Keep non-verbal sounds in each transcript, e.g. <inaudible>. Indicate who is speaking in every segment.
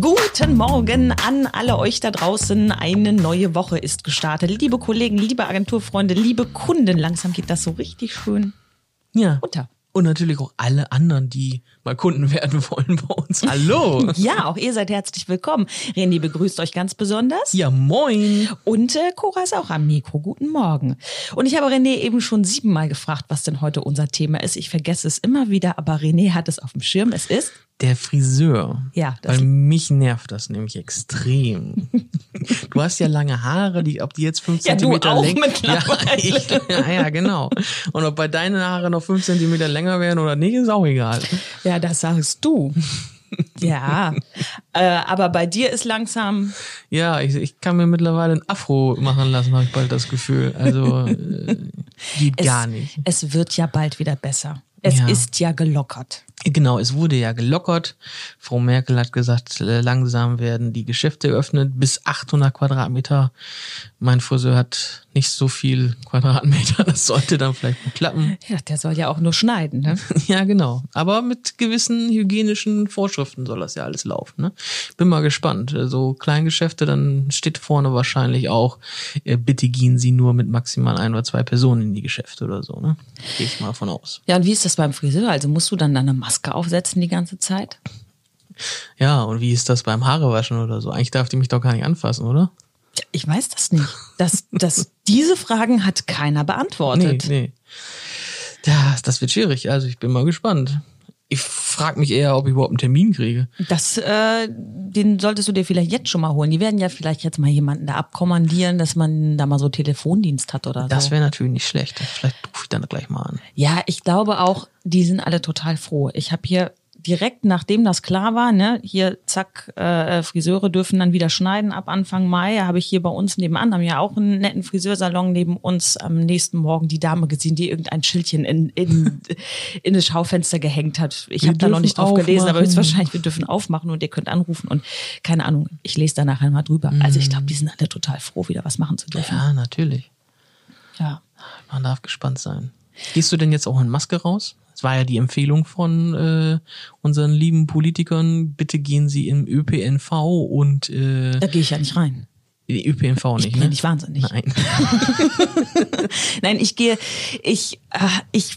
Speaker 1: Guten Morgen an alle euch da draußen. Eine neue Woche ist gestartet. Liebe Kollegen, liebe Agenturfreunde, liebe Kunden, langsam geht das so richtig schön
Speaker 2: Ja.
Speaker 1: runter.
Speaker 2: Und natürlich auch alle anderen, die mal Kunden <laughs> werden wollen bei uns. Hallo.
Speaker 1: Ja, auch ihr seid herzlich willkommen. René begrüßt euch ganz besonders.
Speaker 2: <laughs> ja, moin.
Speaker 1: Und äh, Cora ist auch am Mikro. Guten Morgen. Und ich habe René eben schon siebenmal gefragt, was denn heute unser Thema ist. Ich vergesse es immer wieder, aber René hat es auf dem Schirm. Es ist
Speaker 2: Der Friseur.
Speaker 1: Ja, das-
Speaker 2: Weil mich nervt das nämlich
Speaker 1: <laughs>
Speaker 2: extrem. du hast ja lange Haare, die, ob die jetzt fünf
Speaker 1: Ja, du
Speaker 2: Zentimeter
Speaker 1: auch
Speaker 2: länger ja, <laughs>
Speaker 1: mittlerweile.
Speaker 2: ich, ja, ja, genau. Und ob bei deinen Haaren noch fünf Zentimeter länger werden oder nicht, ist auch egal.
Speaker 1: Ja, das sagst du. ja, äh, aber bei dir ist langsam,
Speaker 2: Ja, ich, ich kann mir mittlerweile ein Afro machen lassen, habe ich bald das Gefühl. Also äh, geht
Speaker 1: es,
Speaker 2: gar nicht.
Speaker 1: es wird ja bald wieder besser. Es
Speaker 2: Ja.
Speaker 1: ist ja gelockert.
Speaker 2: Genau, es wurde ja gelockert. Frau Merkel hat gesagt, äh, langsam werden die Geschäfte geöffnet bis 800 Quadratmeter. Mein Friseur hat nicht so viel Quadratmeter, das sollte dann vielleicht
Speaker 1: <laughs>
Speaker 2: gut klappen.
Speaker 1: Ja, der soll ja auch nur schneiden, ne?
Speaker 2: Ja, genau. Aber mit gewissen hygienischen Vorschriften soll das ja alles laufen. Ne? Bin mal gespannt. Äh, So Kleingeschäfte, dann steht vorne wahrscheinlich auch, äh, bitte gehen Sie nur mit maximal ein oder zwei Personen in die Geschäfte oder so. Ne? Gehe ich mal davon aus.
Speaker 1: Ja, und wie ist das beim Friseur? Also musst du dann deine Maske aufsetzen die ganze Zeit?
Speaker 2: Ja, und wie ist das beim Haarewaschen oder so? Eigentlich darf die mich doch gar nicht anfassen, oder?
Speaker 1: Tja, Ich weiß das nicht. Das, <laughs> das, diese Fragen hat keiner
Speaker 2: Nee,
Speaker 1: beantwortet.
Speaker 2: nee. Das, das wird schwierig. Also ich bin mal gespannt. Ich frage mich eher, ob ich überhaupt einen Termin kriege.
Speaker 1: Das, äh, den solltest du dir vielleicht jetzt schon mal holen. Die werden ja vielleicht jetzt mal jemanden da abkommandieren, dass man da mal so Telefondienst hat oder so.
Speaker 2: Das wäre natürlich nicht schlecht. Vielleicht rufe ich dann gleich mal an.
Speaker 1: Ja, ich glaube auch, die sind alle total froh. Ich habe hier direkt, nachdem das klar war, ne, hier zack, äh, Friseure dürfen dann wieder schneiden ab Anfang Mai, habe ich hier bei uns nebenan, haben ja auch einen netten Friseursalon neben uns, am nächsten Morgen die Dame gesehen, die irgendein Schildchen in, in, in das Schaufenster gehängt hat. Ich
Speaker 2: Wir
Speaker 1: habe da noch
Speaker 2: dürfen
Speaker 1: nicht drauf gelesen, aber
Speaker 2: aufmachen.
Speaker 1: höchstwahrscheinlich, wir dürfen aufmachen und ihr könnt anrufen und keine Ahnung, ich lese da nachher mal drüber. Also
Speaker 2: Mhm.
Speaker 1: ich glaube, die sind alle total froh, wieder was machen zu dürfen.
Speaker 2: Ja, natürlich.
Speaker 1: Ja.
Speaker 2: Man darf gespannt sein. Gehst du denn jetzt auch in Maske raus? Das war ja die Empfehlung von äh, unseren lieben Politikern. Bitte gehen Sie im ÖPNV und äh,
Speaker 1: Da gehe ich ja nicht rein.
Speaker 2: die ÖPNV
Speaker 1: Ähm, Ich
Speaker 2: nicht,
Speaker 1: bin ja
Speaker 2: ne?
Speaker 1: nicht wahnsinnig.
Speaker 2: Nein.
Speaker 1: Nein, ich gehe, ich, ah, ich,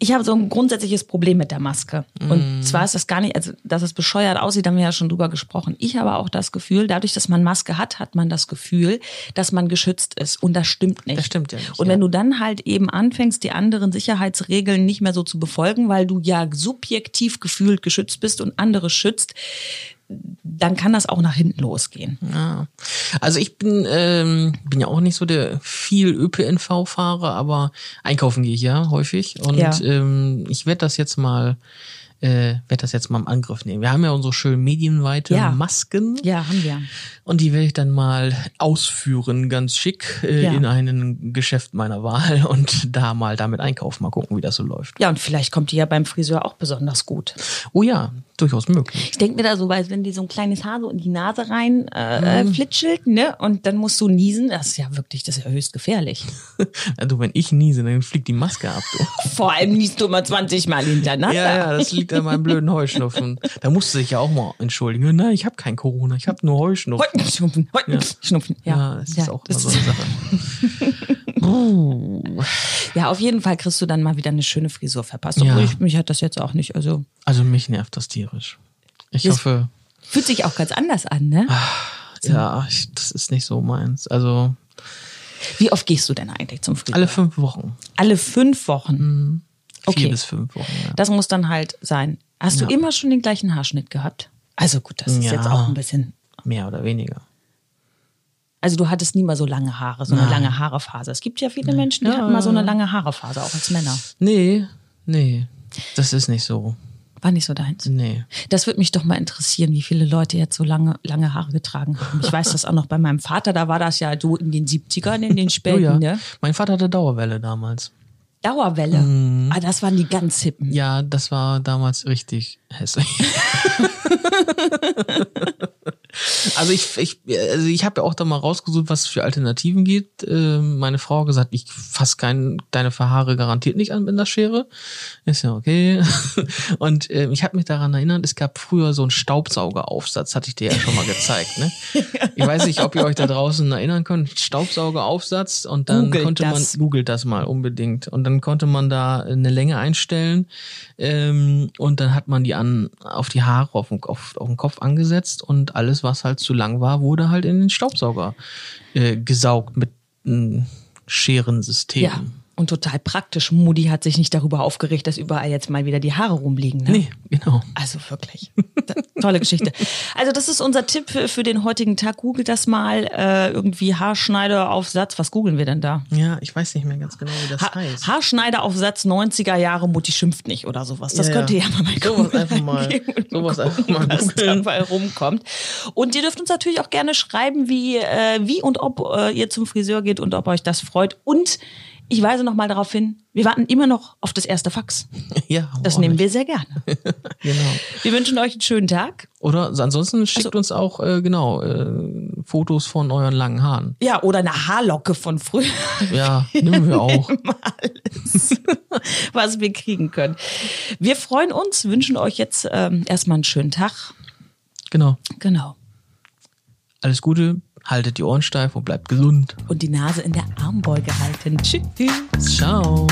Speaker 1: ich habe so ein grundsätzliches Problem mit der Maske.
Speaker 2: Mm.
Speaker 1: Und zwar ist das gar nicht, also dass es bescheuert aussieht, haben wir ja schon drüber gesprochen. Ich habe auch das Gefühl, dadurch, dass man Maske hat, hat man das Gefühl, dass man geschützt ist. Und das stimmt nicht.
Speaker 2: Das stimmt ja nicht,
Speaker 1: Und
Speaker 2: ja.
Speaker 1: wenn du dann halt eben anfängst, die anderen Sicherheitsregeln nicht mehr so zu befolgen, weil du ja subjektiv gefühlt geschützt bist und andere schützt, dann kann das auch nach hinten losgehen.
Speaker 2: Ja. Also ich bin, ähm, bin ja auch nicht so der viel ÖPNV-Fahrer, aber einkaufen gehe ich ja häufig. Und
Speaker 1: Ja.
Speaker 2: ähm, ich werde das jetzt mal, äh, werde das jetzt mal im Angriff nehmen. Wir haben ja unsere schönen medienweite
Speaker 1: Ja.
Speaker 2: Masken.
Speaker 1: Ja, haben wir.
Speaker 2: Und die werde ich dann mal ausführen, ganz schick, äh,
Speaker 1: Ja.
Speaker 2: in einem Geschäft meiner Wahl und da mal damit einkaufen, mal gucken, wie das so läuft.
Speaker 1: Ja, und vielleicht kommt die ja beim Friseur auch besonders gut.
Speaker 2: Oh ja, durchaus möglich. <laughs>
Speaker 1: Ich denke mir da so, weil wenn dir so ein kleines Haar so in die Nase rein äh,
Speaker 2: Mhm.
Speaker 1: äh, flitschelt, ne? Und dann musst du niesen, das ist ja wirklich, das ist ja höchst gefährlich.
Speaker 2: Also wenn ich niese, dann fliegt die Maske ab, du.
Speaker 1: Vor allem niest du immer 20 Mal hintereinander.
Speaker 2: Ja, ja, das liegt an meinem blöden Heuschnupfen. Da musst du dich ja auch mal entschuldigen. Nein, ich habe kein Corona, ich habe nur Heuschnupfen.
Speaker 1: Heute schnupfen, heute schnupfen. Ja,
Speaker 2: Ja, das ist auch immer
Speaker 1: das
Speaker 2: so eine
Speaker 1: ist-
Speaker 2: Sache.
Speaker 1: ja, auf jeden Fall kriegst du dann mal wieder eine schöne Frisur verpasst. Obwohl
Speaker 2: Ja.
Speaker 1: ich, mich hat das jetzt auch nicht. Also
Speaker 2: Also mich nervt das tierisch. Ich
Speaker 1: Das-
Speaker 2: hoffe,
Speaker 1: fühlt sich auch ganz anders an, ne?
Speaker 2: Ah. ja, ich, das ist nicht so meins. Also
Speaker 1: Wie oft gehst du denn eigentlich zum Friseur?
Speaker 2: alle Mhm. fünf Wochen.
Speaker 1: Alle fünf Wochen. Okay.
Speaker 2: Vier bis fünf Wochen. Ja.
Speaker 1: Das muss dann halt sein. Hast
Speaker 2: Ja.
Speaker 1: du immer schon den gleichen Haarschnitt gehabt? Also gut, das ist
Speaker 2: Ja.
Speaker 1: jetzt auch ein bisschen
Speaker 2: Mehr oder weniger.
Speaker 1: Also du hattest nie mal so lange Haare, so eine lange Haarephase. Es gibt ja viele Menschen, die hatten mal so eine lange Haarephase, auch als Männer.
Speaker 2: Nee, nee. Das ist nicht so.
Speaker 1: War nicht so deins.
Speaker 2: Nee.
Speaker 1: Das würde mich doch mal interessieren, wie viele Leute jetzt so lange, lange Haare getragen haben. Ich weiß das auch noch bei meinem Vater, da war das ja so in den 70ern, in <laughs> den
Speaker 2: Oh
Speaker 1: späten,
Speaker 2: ja.
Speaker 1: ne?
Speaker 2: Mein Vater hatte Dauerwelle damals.
Speaker 1: Dauerwelle. Ah, das waren die ganz hippen.
Speaker 2: Ja, das war damals richtig hässlich. also <laughs> Also ich, ich, also ich habe ja auch da mal rausgesucht, was es für Alternativen gibt. Ähm, meine Frau hat gesagt, ich fass kein, deine Haare garantiert nicht an mit einer Schere. Ist ja okay. <laughs> Und ähm, ich habe mich daran erinnert, es gab früher so einen Staubsaugeraufsatz, hatte ich dir ja schon mal gezeigt. <laughs> Ne? Ich weiß nicht, ob ihr euch da draußen erinnern könnt. Staubsaugeraufsatz und dann
Speaker 1: Googelt
Speaker 2: konnte man,
Speaker 1: das.
Speaker 2: googelt das mal unbedingt. Und dann konnte man da eine Länge einstellen ähm, und dann hat man die an auf die Haare auf den, auf, auf den Kopf angesetzt und alles, was halt zu lang war, wurde halt in den Staubsauger äh, gesaugt mit hm, einem Scherensystem.
Speaker 1: Ja. Und total praktisch. Mutti hat sich nicht darüber aufgeregt, dass überall jetzt mal wieder die Haare rumliegen. Ne?
Speaker 2: Nee, genau.
Speaker 1: Also wirklich. Da- Tolle Geschichte. Also das ist unser Tipp für, für den heutigen Tag. Googelt das mal. Äh, irgendwie Haarschneideraufsatz. Was googeln wir denn da?
Speaker 2: Ja, ich weiß nicht mehr ganz genau, wie das
Speaker 1: Ha
Speaker 2: heißt.
Speaker 1: Haarschneideraufsatz 90er Jahre, Mutti schimpft nicht oder sowas. Das
Speaker 2: Ja,
Speaker 1: könnt ihr
Speaker 2: ja.
Speaker 1: ja mal bei
Speaker 2: Sowas
Speaker 1: Google
Speaker 2: einfach
Speaker 1: <laughs>
Speaker 2: mal-
Speaker 1: eingeben und
Speaker 2: sowas einfach
Speaker 1: gucken,
Speaker 2: mal
Speaker 1: was
Speaker 2: googeln.
Speaker 1: dabei rumkommt. Und ihr dürft uns natürlich auch gerne schreiben, wie, äh, wie und ob äh, ihr zum Friseur geht und ob euch das freut. Und ich weise noch mal darauf hin, wir warten immer noch auf das erste Fax.
Speaker 2: ja, oh,
Speaker 1: Das
Speaker 2: auch
Speaker 1: nehmen
Speaker 2: nicht.
Speaker 1: wir sehr gerne.
Speaker 2: Genau. Also
Speaker 1: Wir wünschen euch einen schönen Tag.
Speaker 2: <laughs> Oder ansonsten schickt uns auch äh, genau äh, Fotos von euren langen Haaren.
Speaker 1: Ja, oder eine Haarlocke von früher. <laughs>
Speaker 2: Ja, nehmen wir <laughs> auch.
Speaker 1: was wir kriegen können. Wir freuen uns, wünschen euch jetzt ähm, erstmal einen schönen Tag.
Speaker 2: Genau.
Speaker 1: Genau.
Speaker 2: Alles Gute, haltet die Ohren steif und bleibt gesund.
Speaker 1: Und die Nase in der Armbeuge halten. Tschüss.
Speaker 2: Ciao.